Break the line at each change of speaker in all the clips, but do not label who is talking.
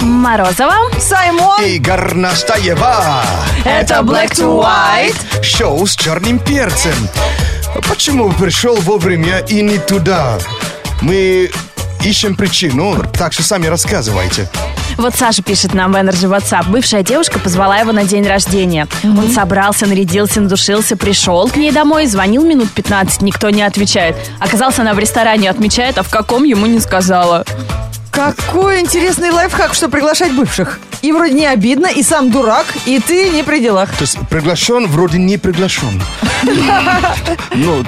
Морозова.
Саймон!
И Настаева.
Это Black to White.
Шоу с черным перцем. Почему пришел вовремя и не туда? Мы ищем причину, так что сами рассказывайте.
Вот Саша пишет нам в Energy WhatsApp. Бывшая девушка позвала его на день рождения. Он собрался, нарядился, надушился, пришел к ней домой, звонил минут 15, никто не отвечает. Оказался, она в ресторане отмечает, а в каком ему не сказала.
Какой интересный лайфхак, что приглашать бывших. И вроде не обидно, и сам дурак, и ты не при делах.
То есть приглашен, вроде не приглашен. Ну,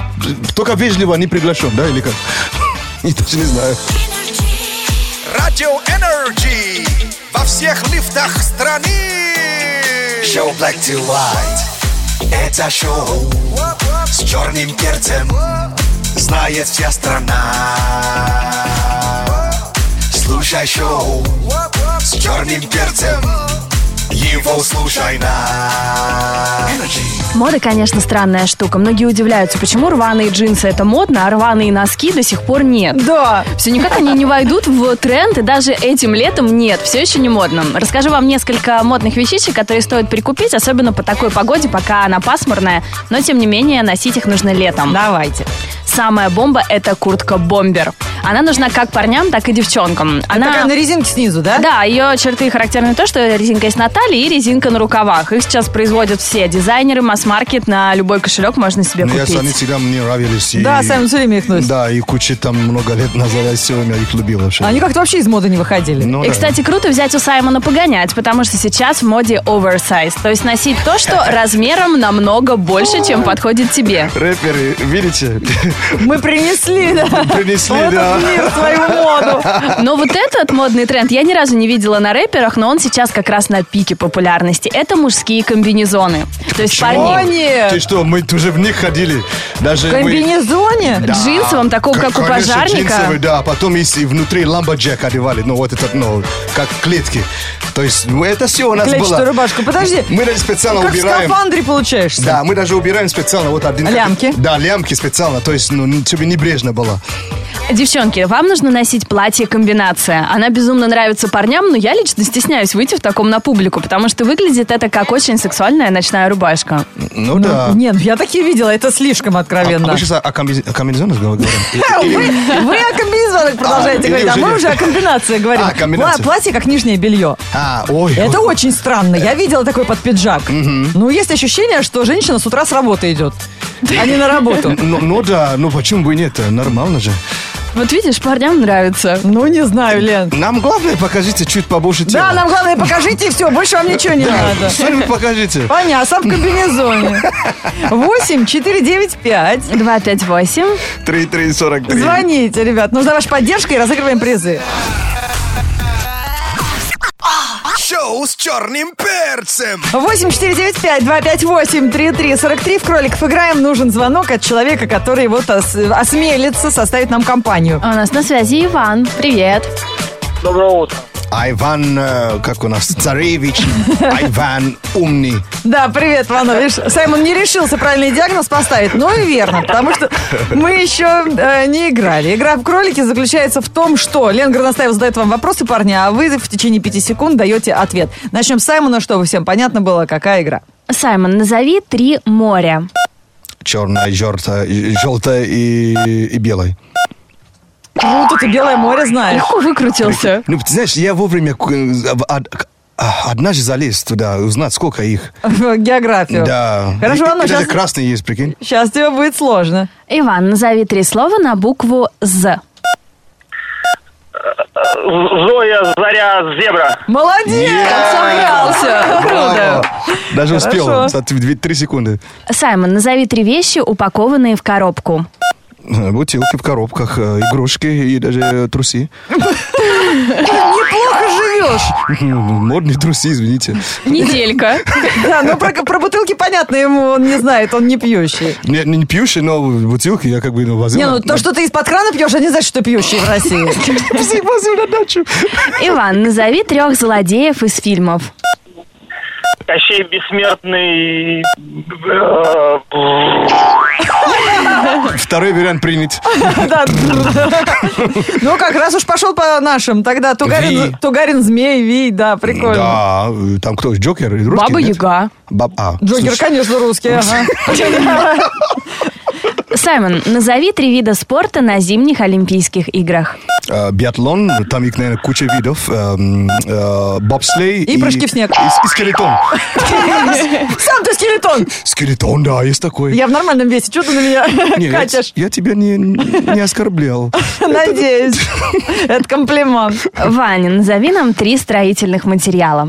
только вежливо не приглашен, да, или как? Я даже не знаю.
Радио Энерджи во всех лифтах страны. Шоу Black to White. Это шоу с черным перцем. Знает вся страна. Слушай шоу с черным перцем. Его слушай на Energy.
Мода, конечно, странная штука. Многие удивляются, почему рваные джинсы это модно, а рваные носки до сих пор нет.
Да.
Все никак они не войдут в тренд, и даже этим летом нет, все еще не модно. Расскажу вам несколько модных вещичек, которые стоит прикупить, особенно по такой погоде, пока она пасмурная, но тем не менее носить их нужно летом.
Давайте.
Самая бомба – это куртка-бомбер. Она нужна как парням, так и девчонкам. Она...
Такая на резинке снизу, да?
А. Да, ее черты характерны то, что резинка есть на талии и резинка на рукавах. Их сейчас производят все дизайнеры, масс-маркет, на любой кошелек можно себе
Ну, я
купить.
сами всегда мне нравились. и-
Да, Саймон все время их носит.
Да, и куча там много лет назад я все время их любил вообще.
Они Э, как-то вообще из моды не выходили.
Ну,
И,
да.
кстати, круто взять у Саймона погонять, потому что сейчас в моде оверсайз. То есть носить то, что размером намного больше, чем подходит тебе.
Рэперы, видите,
Мы принесли, да,
принесли,
в
да.
этот мир твою моду.
Но Ну, вот этот модный тренд я ни разу не видела на рэперах, но он сейчас как раз на пике популярности. Это мужские комбинезоны. То есть
О,
парни
Нет.
Ты что, мы уже в них ходили. Даже
В
мы-
комбинезоне?
Да.
джинсовом, таком,
К-
как у
конечно,
пожарника.
джинсовый, да, а потом и с- и внутри ламбоджек одевали, ну вот этот, ну, как клетки. То есть ну, это все у нас
Клетчатую
было.
рубашку. Подожди.
Мы даже специально
Ну, Как в
убираем.
скафандре получаешься.
Да, мы даже убираем специально вот один.
Лямки?
Да, лямки специально, то есть, ну, тебе небрежно было.
Девчонки, вам нужно носить платье-комбинация. Она безумно нравится парням, но я лично стесняюсь выйти в таком на публику, потому что выглядит это как очень сексуальная ночная рубашка.
Ну да.
Нет, я такие видела, это слишком
А
откровенно.
мы сейчас о, о комби- о комбинезонах говорим?
Вы, вы о комбинезонах продолжаете
или
говорить, а
уже
мы
нет.
уже о комбинации говорим.
А, комбинация.
Пла- Платье как нижнее белье.
А, ой.
Это очень странно. Я видела такой под пиджак. Ну, есть ощущение, что женщина с утра с работы идет, а не на работу.
Ну, ну да, ну почему бы и нет? Нормально же.
Вот видишь, парням нравится.
Ну, не знаю, Лен.
Нам главное покажите чуть побольше тела.
Да, нам главное покажите и все, больше вам ничего не
Да,
надо.
что-нибудь покажите.
Понятно, сам в комбинезоне. 8 4 9 5.
258.
3343.
Звоните, ребят. Нужна ваша поддержка и разыгрываем призы.
Шоу с черным перцем.
8 4 9 5 2 5 8 3 3 43 в кроликов играем. Нужен звонок от человека, который вот ос- осмелится составить нам компанию.
А У нас на связи Иван. Привет.
Доброе утро.
Айван, э, как у нас, царевич. Айван умный.
Да, привет, Вано. Видишь, Саймон не решился правильный диагноз поставить, но и верно, потому что мы еще э, не играли. Игра в кролики заключается в том, что Лен Горностаев задает вам вопросы, парни, а вы в течение пяти секунд даете ответ. Начнем с Саймона, чтобы всем понятно было, какая игра.
Саймон, назови три моря.
Черное, желтое, желтое и, и белое.
Круто, ты Белое море знаешь.
Легко выкрутился.
Ну, ты знаешь, я вовремя к- э, в- од- к- а, однажды залез туда, узнать, сколько их.
Географию.
Да.
Хорошо,
И- и
Вано,
даже
сейчас,
красный есть, прикинь.
сейчас тебе будет сложно.
Иван, назови три слова на букву «З».
З- Зоя, Заря, Зебра.
Молодец!
Собрался.
Браво.
Круто.
Даже успел
Хорошо.
за две- три секунды.
Саймон, назови три вещи, упакованные в коробку.
Э, Бутылки в коробках, э, игрушки и даже э, трусы.
Неплохо живешь.
Модные трусы, извините.
Неделька.
Да, ну про, про бутылки понятно ему, он не знает, он не пьющий.
Не, не пьющий, но бутылки я как бы ну, возил.
Не, ну
на-
то, что ты из-под крана пьешь, это не значит, что ты пьющий в России.
Пси- возил на дачу.
Иван, назови трех злодеев из фильмов.
Кощей Бессмертный. э,
Второй вариант принят.
Да. Ну, как раз уж пошел по нашим. Тогда
Ви.
Тугарин, Тугарин Змей, Ви, да, прикольно.
Да, э, там кто? Джокер? Русский,
Баба
нет?
Яга.
Баб- а,
Джокер,
слушай,
конечно, русский. ага.
Саймон, назови три вида спорта на зимних Олимпийских играх.
э, биатлон, там их, наверное, куча видов. эм, э, бобслей.
И прыжки в снег.
И, и скелетон.
Сам ты скелетон.
Скелетон, да, есть такой.
Я в нормальном весе. Чего ты на
Не,
меня
я,
катишь?
я тебя не, не оскорблял.
Надеюсь. Это комплимент.
Ваня, назови нам три строительных материала.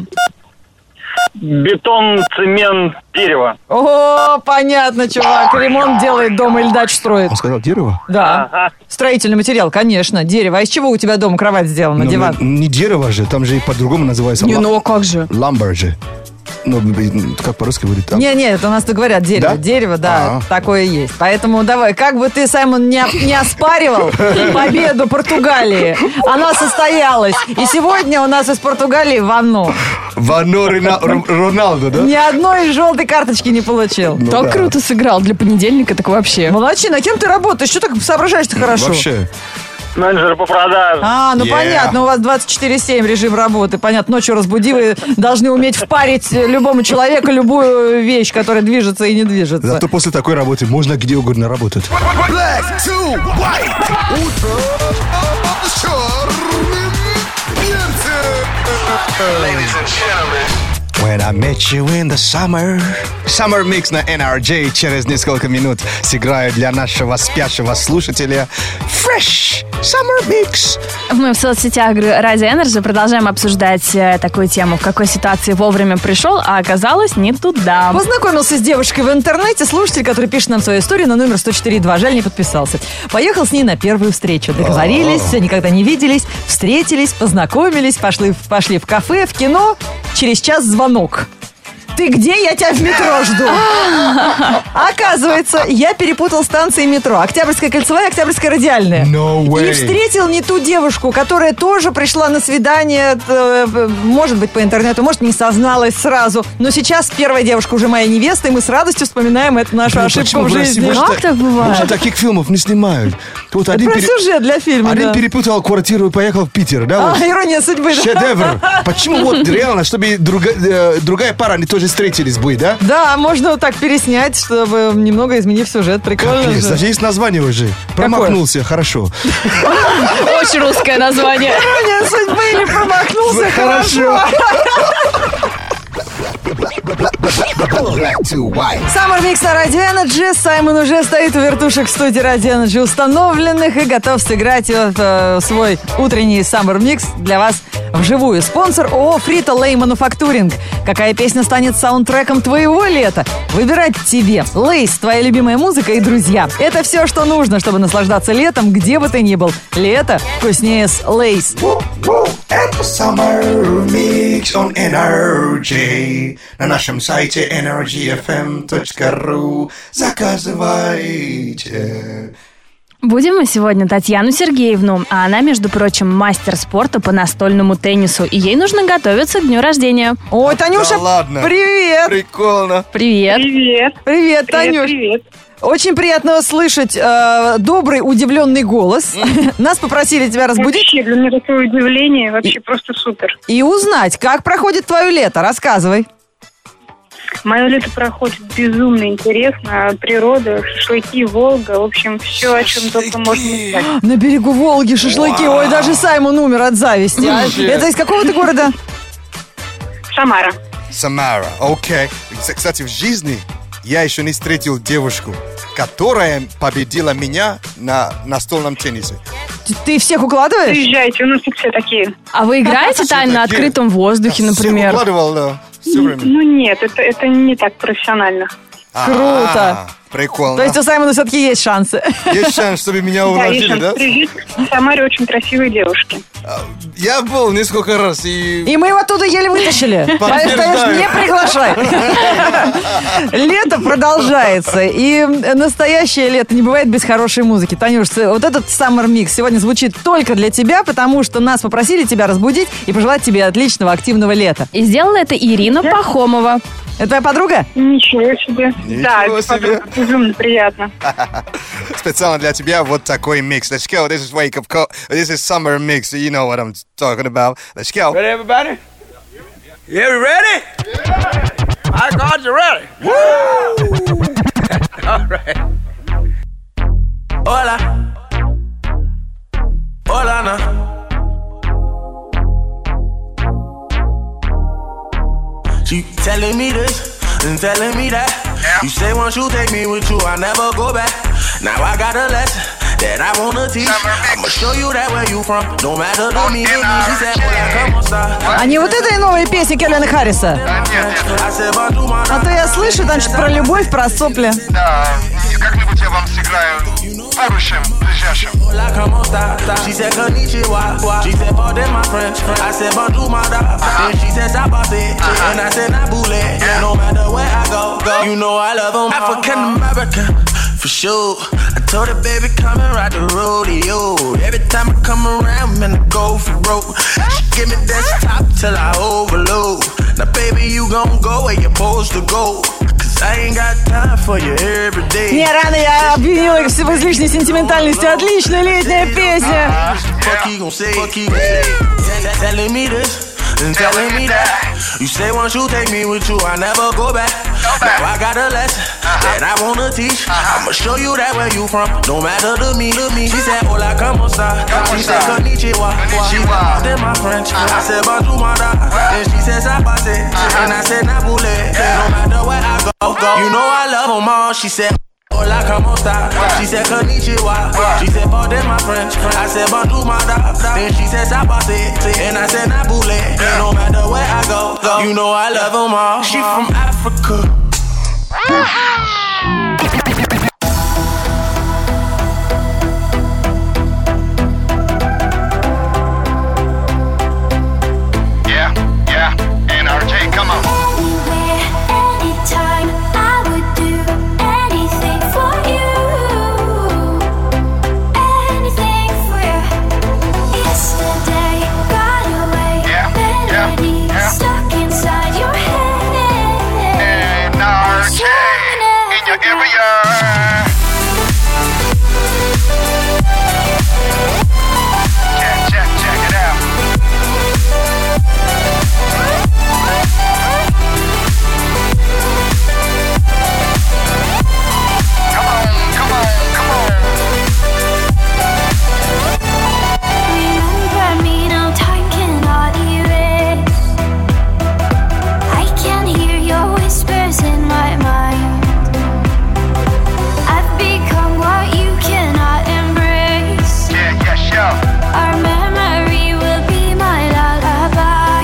Бетон, цемент, дерево.
О, понятно, чувак. Ремонт делает дома или дачу строит.
Он сказал дерево.
Да. Строительный материал, конечно, дерево. А из чего у тебя дома кровать сделана,
Но
диван?
Ну, Не, не дерево же, там же и по-другому называется. ла-
ну.
а как же?
Ламбар же. Ну, блин, как по-русски будет?
Не, не, это у нас-то говорят дерево.
Да?
Дерево, да,
А.
такое есть. Поэтому давай, как бы ты, Саймон, не, об- не оспаривал победу Португалии, она состоялась. И сегодня у нас из Португалии ванну.
Вано Рена- Ро- Роналдо, да?
Ни одной желтой карточки не получил.
Ну
так
да.
круто сыграл для понедельника, так вообще.
Молодчина, а кем ты работаешь? Что так соображаешь-то хорошо?
Вообще.
Менеджер по продажам.
А, ну
Yeah.
понятно, у вас 24-7 режим работы. Понятно, ночью разбуди, вы должны уметь впарить э, любому человеку любую вещь, которая движется и не движется.
Зато после такой работы можно где угодно работать.
Black to white. Утро с черным перцем.
When I met you in the summer. Summer Mix на NRJ через несколько минут сыграю для нашего спящего слушателя Fresh Summer Mix.
Мы в соцсетях Гр- Ради Энерджи продолжаем обсуждать э, такую тему, в какой ситуации вовремя пришел, а оказалось не туда.
Познакомился с девушкой в интернете, слушатель, который пишет нам свою историю на номер 104.2. Жаль, не подписался. Поехал с ней на первую встречу. Договорились, никогда не виделись, встретились, познакомились, пошли, пошли в кафе, в кино. Через час звонок. Ты где? Я тебя в метро жду. Оказывается, я перепутал станции метро. Октябрьская кольцевая, Октябрьская радиальная.
No way.
И встретил не ту девушку, которая тоже пришла на свидание, э, может быть, по интернету, может, не созналась сразу. Но сейчас первая девушка уже моя невеста, и мы с радостью вспоминаем эту нашу
Блин,
ошибку
почему
в
в России
жизни.
больше
Как
та-
так бывает?
больше таких фильмов не снимают. Вот один,
Про
пере-
сюжет для фильма,
один
да.
перепутал квартиру и поехал в Питер, да?
А,
вот?
ирония судьбы. да.
Шедевр. Почему вот реально, чтобы друга- э, другая пара, они тоже встретились бы, да?
Да, можно вот так переснять, чтобы немного изменив сюжет. Прикольно
Капец, а
же.
даже есть название уже. Промахнулся, хорошо.
Очень русское название.
Ирония судьбы или промахнулся, хорошо.
Black to white.
Summer Mix на Радио Energy. Саймон уже стоит у вертушек в студии Радио Energy установленных и готов сыграть вот, э, свой утренний Summer Mix для вас вживую. Спонсор ООО «Фрита Лей Мануфактуринг». Какая песня станет саундтреком твоего лета? Выбирать тебе. Лейс, твоя любимая музыка и друзья. Это все, что нужно, чтобы наслаждаться летом, где бы ты ни был. Лето вкуснее с Лейс.
Это Summer Mix on Energy на нашем сайте energyfm.ru. Заказывайте.
Будем мы сегодня Татьяну Сергеевну, а она, между прочим, мастер спорта по настольному теннису, и ей нужно готовиться к дню рождения.
Ой, Танюша,
ладно.
привет!
Прикольно.
Привет.
Привет.
Привет, Танюш.
Привет.
Очень приятно слышать э, добрый, удивленный голос. Нас попросили тебя разбудить
Вообще, для меня такое удивление, вообще просто супер.
и узнать, как проходит твое лето. Рассказывай.
Мое лето проходит безумно интересно. а Природа, шашлыки, Волга, в общем, все, о чем только можно сказать.
На берегу Волги шашлыки. Ой, даже Саймон умер от зависти. а. Это из какого ты города?
Самара.
Самара, окей. Кс- Кстати, в жизни я еще не встретил девушку, которая победила меня на настольном теннисе.
Т- Ты всех укладываешь?
Приезжайте, у нас тут все такие.
А вы играете, Тань, на
такие?
открытом воздухе,
Я всех
например?
укладывал да, все время.
Ну нет, это, это не так профессионально.
Круто.
А, Прикольно.
То есть у Саймона все-таки есть шансы.
Есть шанс, чтобы меня
Да, есть
уродили,
шанс
да?
приезжать. В Самаре очень красивые девушки.
Я был несколько раз и...
И мы его оттуда еле вытащили.
Подтверждаю.
Поэтому не приглашай. Лето продолжается. И настоящее лето не бывает без хорошей музыки. Танюш, вот этот Summer Mix сегодня звучит только для тебя, потому что нас попросили тебя разбудить и пожелать тебе отличного активного лета.
И сделала это Ирина Пахомова.
Это твоя подруга?
Ничего себе.
Ничего
да,
себе.
подруга, безумно приятно.
Специально для тебя вот такой микс. Let's go. This is wake up call. This is summer mix. You know what I'm talking about. Let's go.
Ready, everybody? Yeah, we ready? My cards are ready. Woo! All right. Hola. Hola, no. She telling me this and telling me that. You say once you take me with you, I never go back. Now I got a lesson that I wanna teach. I'ma show you that where you from, no matter to me. She said, boy, come on, stop.
А не вот этой новой песни Кельвина Харриса?
I said, but do my
А то я слышу там что-то про любовь, про сопли.
Да, и как-нибудь я вам сыграю в будущем, ближайшем.
like I'm on stop, stop. She said, Konnichiwa. wa." She said, pardon my French. I said, bonjour, my dog. Then she said, stop it. And I said, not bullet. No matter where I go, go. You know I love 'em. African American, for sure. I told her, baby, come and ride the rodeo. Every time I come around, man, I go for broke. She give me desktop till I overload. Now, baby, you gon' go where you're supposed to go. Cause I ain't got time for you every day.
Не, рано я обвинила их в излишней сентиментальности. Отличная летняя песня.
Fuck you gon' say, fuck you gon' say. Tell- Telling me this and telling me that. You say once you take me with you, I never go back. Now I got a lesson that I wanna teach. I'ma show you that where you from, no matter to me, to me. She said, Hola, come on, sir. She said, Konnichiwa. She said, "Pardon my French. I said, Bonjour, my dog. Then she said, Sabase. And I said, Nabule. No matter where I go, go. You know I love 'em all. She said, Hola, como esta? She said, konnichiwa. She said, pardon my French. I said, bonjour, my dog. Then she said, sabase. And I said, nabule. No matter where I go, go, you know I love 'em all. She from Africa.
Yeah, yeah, NRJ, come on.
Anywhere, anytime, I would do anything for you. Anything for you. Yesterday got away.
Yeah, yeah,
Melody
yeah.
stuck inside your head.
NRJ, in your area. Check, check, check it out. Come on, come on, come on.
Remember me now, time cannot erase. I can hear your whispers in my mind. I've become what you cannot embrace.
Yeah, yeah, yeah.
Our memory will be my lullaby.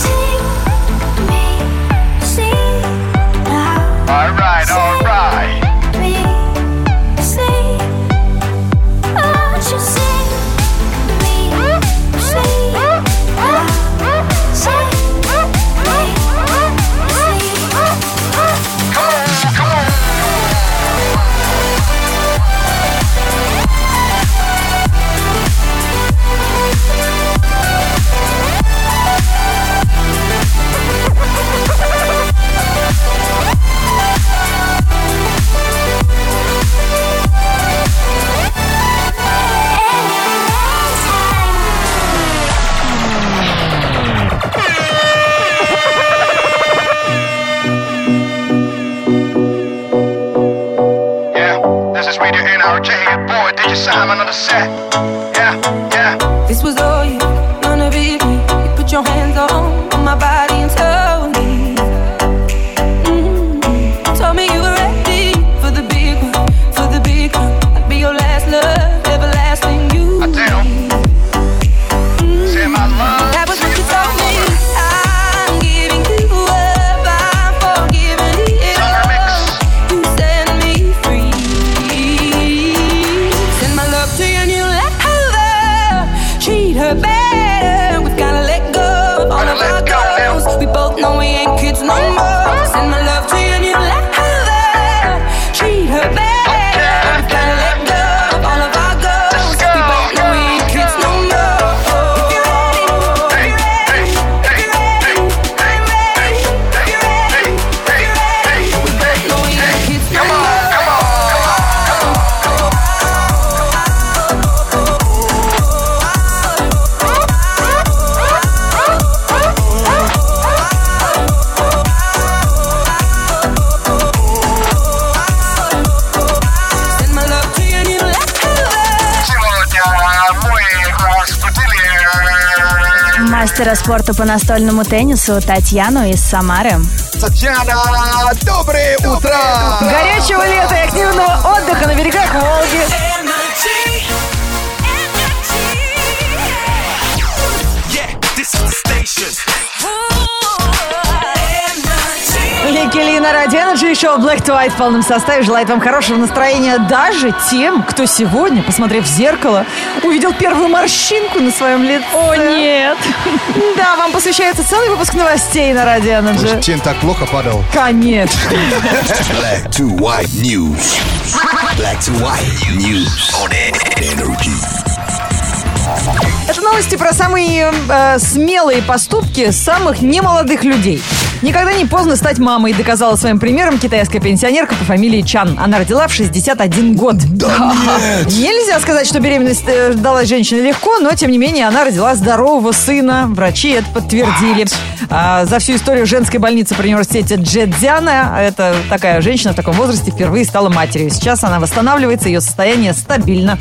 Sing me, sing now,
All right, all right.
me, sing. Won't you sing me, sing now, sing me, sing?
Come on, come on. Yeah, this is Radio NRJ. Your boy, DJ Simon on the set. Yeah, yeah.
This was all you, none of it me. You put your hands on, on my body and told me. Mm, told me you were ready for the big one, for the big one. I'd be your last love, everlasting you. Mm-hmm.
I do. Say my love.
That was what you told me. I'm giving you up, I'm forgiving it
Summer mix.
all. You set me free. Send my love to your new lover. Treat her better. We've gotta let go of all
Gotta
of
let
our
go now.
goals. We both know we ain't kids no more. Send my love to your new lover. Treat her better.
Okay.
We've gotta let go of all of our goals.
Let's
We
go.
both know we ain't kids no more. If you're ready, if you're ready, if you're ready, if you're ready.
мастера спорта по настольному теннису Татьяну из Самары.
Татьяна, доброе утро!
Горячего лета и активного отдыха на берегах Волги.
Energy.
Yeah, this is the station.
Energy.
Ники Лина Ради Energy Show Black to White в полном составе желает вам хорошего настроения даже тем, кто сегодня, посмотрев в зеркало, увидел первую морщинку на своем лице.
О, нет!
Да, вам посвящается целый выпуск новостей на Ради Energy.
Тень так плохо падал.
Конечно.
Black to white news. Black to white news on energy.
Это новости про самые э, смелые поступки самых немолодых людей. Никогда не поздно стать мамой, доказала своим примером китайская пенсионерка по фамилии Чан. Она родила в 61 год. Нельзя сказать, что беременность э, далась женщине легко, но, тем не менее, она родила здорового сына. Врачи это подтвердили. А, за всю историю женской больницы при университете Джедзяна, это такая женщина в таком возрасте, впервые стала матерью. Сейчас она восстанавливается, ее состояние стабильно.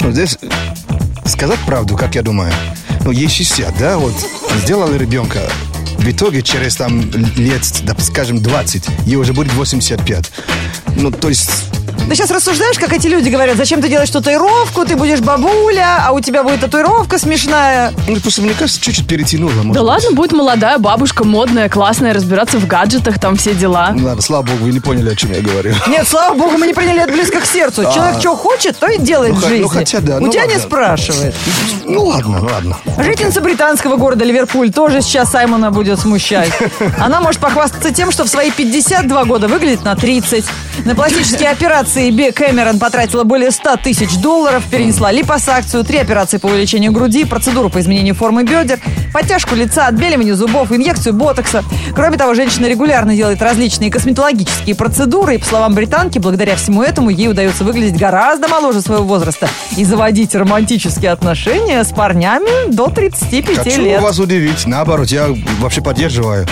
Ну, здесь сказать правду, как я думаю. Ну, ей 60, да, вот, сделали ребенка. В итоге через там лет, да, скажем, 20, ей уже будет 85. Ну, то есть,
Ты сейчас рассуждаешь, как эти люди говорят, зачем ты делаешь татуировку, ты будешь бабуля, а у тебя будет татуировка смешная.
ну, просто, мне кажется, чуть-чуть перетянула. может
Да ладно, будет молодая бабушка, модная, классная, разбираться в гаджетах, там все дела.
Ну, Ладно, слава богу, вы не поняли, о чем я говорю.
Нет, слава богу, мы не приняли это близко к сердцу. Человек что хочет, то и делает
А. Ну,
в
хо- ну,
жизни.
хотя да,
У
ну
тебя не
ладно.
спрашивает.
Ну ладно, ладно.
Жительница британского города Ливерпуль тоже сейчас Саймона будет смущать. Она может похвастаться тем, что в свои 52 года выглядит на 30. На пластические операции Би Кэмерон потратила более 100 тысяч долларов, перенесла липосакцию, три операции по увеличению груди, процедуру по изменению формы бедер, подтяжку лица, отбеливание зубов, инъекцию ботокса. Кроме того, женщина регулярно делает различные косметологические процедуры, и, по словам британки, благодаря всему этому ей удается выглядеть гораздо моложе своего возраста и заводить романтические отношения с парнями до 35
Хочу
лет.
вас удивить. Наоборот, я вообще поддерживаю.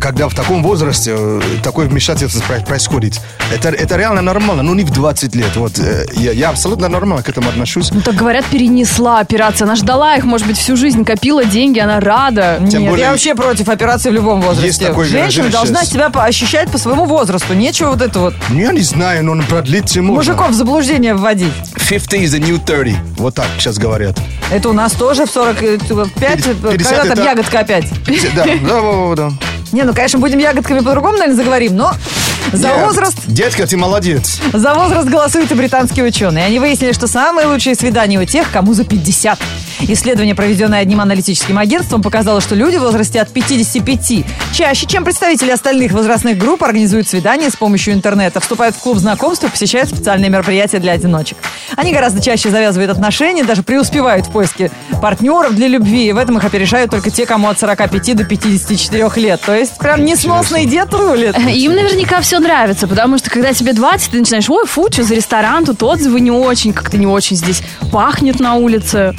Когда в таком возрасте э, такое вмешательство про- происходит, это, это реально нормально, ну не в 20 лет. Вот э, я, я абсолютно нормально к этому отношусь.
Ну так говорят, перенесла операцию. Она ждала их, может быть, всю жизнь, копила деньги, она рада.
Тем
Нет,
более-
я вообще против операции в любом возрасте.
Есть такой
Женщина
женщина
должна
сейчас.
себя по- ощущать по своему возрасту. Нечего вот это вот
Ну, Я не знаю, но продлится можно.
мужиков в заблуждение вводить.
50 is the new 30. Вот так сейчас говорят.
Это у нас тоже в 45,
Перед-
когда
50
там
это-
ягодка опять.
Да, да, да, да, да.
Не, ну, конечно, будем ягодками по-другому, наверное, заговорим, но за
Нет,
возраст
Детка, ты молодец.
За возраст голосуют и британские ученые. Они выяснили, что самые лучшие свидания у тех, кому за 50. Исследование, проведенное одним аналитическим агентством, показало, что люди в возрасте от 55 чаще, чем представители остальных возрастных групп, организуют свидания с помощью интернета, вступают в клуб знакомств и посещают специальные мероприятия для одиночек. Они гораздо чаще завязывают отношения, даже преуспевают в поиске партнеров для любви. И в этом их опережают только те, кому от 45 до 54 лет. То есть прям несносный дед рулит.
Им наверняка все нравится, потому что когда тебе 20, ты начинаешь, ой, фу, что за ресторан, тут отзывы не очень, как-то не очень здесь пахнет на улице.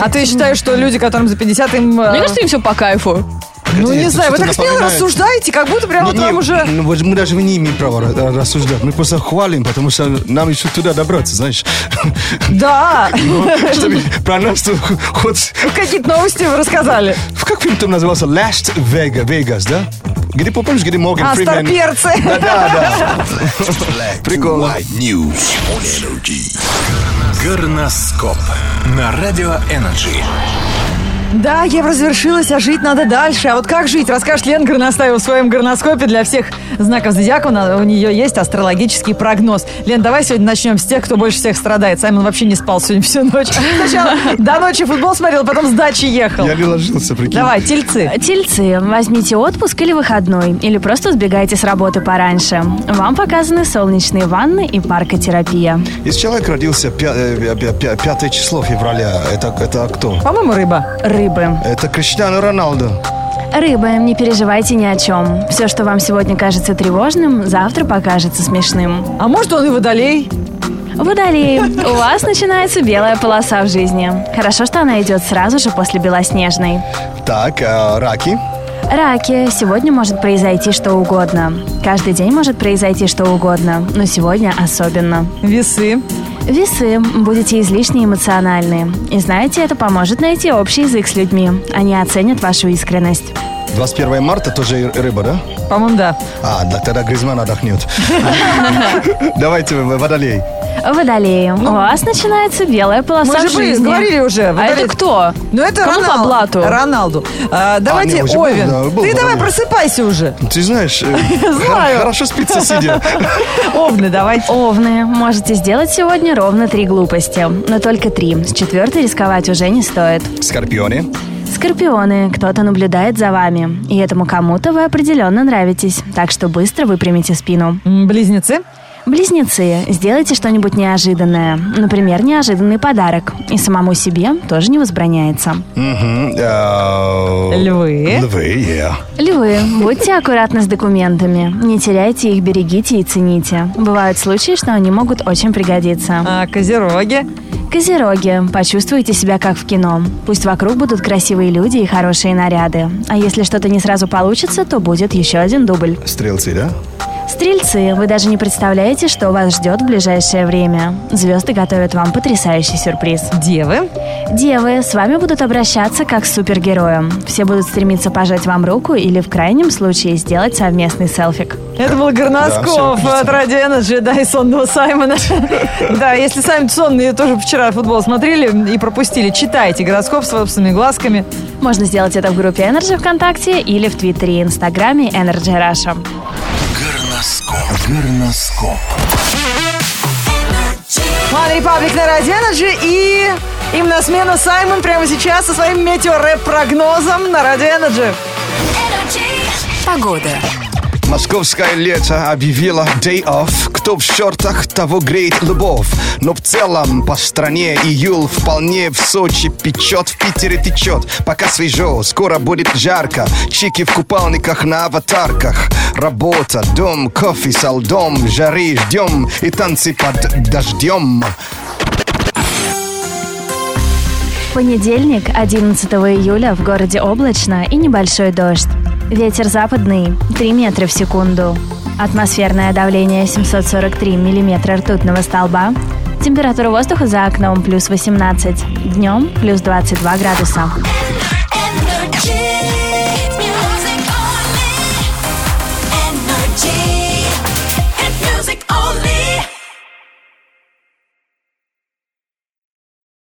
А ты считаешь, что люди, которым за 50, им... э,
Мне кажется, им все по кайфу.
Ну,
Нет,
не
это
знаю, вы
что-то
так смело
напоминает.
рассуждаете, как будто прямо вот
Не,
вам уже...
ну, вот мы даже не имеем права ра- рассуждать. Мы просто хвалим, потому что нам еще туда добраться, знаешь. Ну,
Да,
Чтобы про нас тут хоть...
какие-то новости вы рассказали.
Как фильм там назывался? Last Vegas, Vegas, да? Где помнишь, где Морган
А,
Фримен?
старперцы.
Да-да-да.
Black to
Прикольно.
white news on energy.
Горноскоп на Радио Энерджи.
Да, евро завершилась, а жить надо дальше. А вот как жить, расскажет Лен Горностаева в своем горноскопе для всех знаков зодиака. У на- У нее есть астрологический прогноз. Лен, давай сегодня начнем с тех, кто больше всех страдает. Саймон вообще не спал сегодня всю ночь. Сначала до ночи футбол смотрел, а потом с дачи ехал.
Я не ложился, прикинь.
Давай, тельцы.
Тельцы, возьмите отпуск или выходной, или просто сбегайте с работы пораньше. Вам показаны солнечные ванны и паркотерапия.
Если человек родился э, 5 число февраля, это, это кто?
По-моему, рыба.
Рыбы.
Это Криштиану Роналду.
Рыбы, не переживайте ни о чем. Все, что вам сегодня кажется тревожным, завтра покажется смешным.
А может, он и водолей?
Водолеи, у вас начинается белая полоса в жизни. Хорошо, что она идет сразу же после белоснежной.
Так, а, раки.
Раки, сегодня может произойти что угодно. Каждый день может произойти что угодно, но сегодня особенно.
Весы.
Весы. Будете излишне эмоциональны. И знаете, это поможет найти общий язык с людьми. Они оценят вашу искренность.
21 марта тоже и- рыба, да?
По-моему, да.
А, да, тогда Гризман отдохнет. Давайте, вы, водолей.
Водолеи. У вас начинается белая полоса
Ну. Мы же
в
были-
жизни.
говорили уже.
А это кто?
Ну, это
Кому
Роналду.
по блату?
Роналду. А, давайте
не, уже был,
Овен.
да, был
Ты давай
Роналду.
просыпайся уже.
Ты знаешь, э,
Знаю.
хор- хорошо спится сидя.
Овны, давайте.
Овны. Можете сделать сегодня ровно три глупости. Но только три. С четвертой рисковать уже не стоит.
Скорпионы.
Скорпионы. Кто-то наблюдает за вами. И этому кому-то вы определенно нравитесь. Так что быстро выпрямите спину.
М, Близнецы.
Близнецы, сделайте что-нибудь неожиданное. Например, неожиданный подарок. И самому себе тоже не возбраняется.
Мгм, э,
Львы.
Львы, yeah.
Львы, будьте аккуратны с документами. Не теряйте их, берегите и цените. Бывают случаи, что они могут очень пригодиться.
А, Козероги.
Козероги, почувствуйте себя как в кино. Пусть вокруг будут красивые люди и хорошие наряды. А если что-то не сразу получится, то будет еще один дубль.
Стрелцы, да?
Стрельцы, вы даже не представляете, что вас ждет в ближайшее время. Звезды готовят вам потрясающий сюрприз.
Девы.
Девы, с вами будут обращаться как с супергероем. Все будут стремиться пожать вам руку или в крайнем случае сделать совместный селфик.
Это был Горносков
всё,
от Радио Energy, да, и сонного Саймона. Да, если Саймон сонные тоже вчера футбол смотрели и пропустили, читайте гороскоп собственными глазками.
Можно сделать это в группе Energy ВКонтакте или в Твиттере и Инстаграме Energy Russia.
Горноскоп. Горноскоп.
One Republic на Радио Energy и им на смену Саймон прямо сейчас со своим метеорэп-прогнозом на Радио Energy.
Погода.
Московское лето объявило day off. Кто в шортах, того греет любовь. Но в целом по стране июль вполне в Сочи печет, в Питере течет. Пока свежо, скоро будет жарко. Чики в купальниках на аватарках. Работа, дом, кофе со льдом. Жары ждем и танцы под дождем.
В понедельник, 11 июля, в городе облачно и небольшой дождь. Ветер западный 3 метра в секунду. Атмосферное давление 743 миллиметра ртутного столба. Температура воздуха за окном плюс 18. Днем плюс 22 градуса.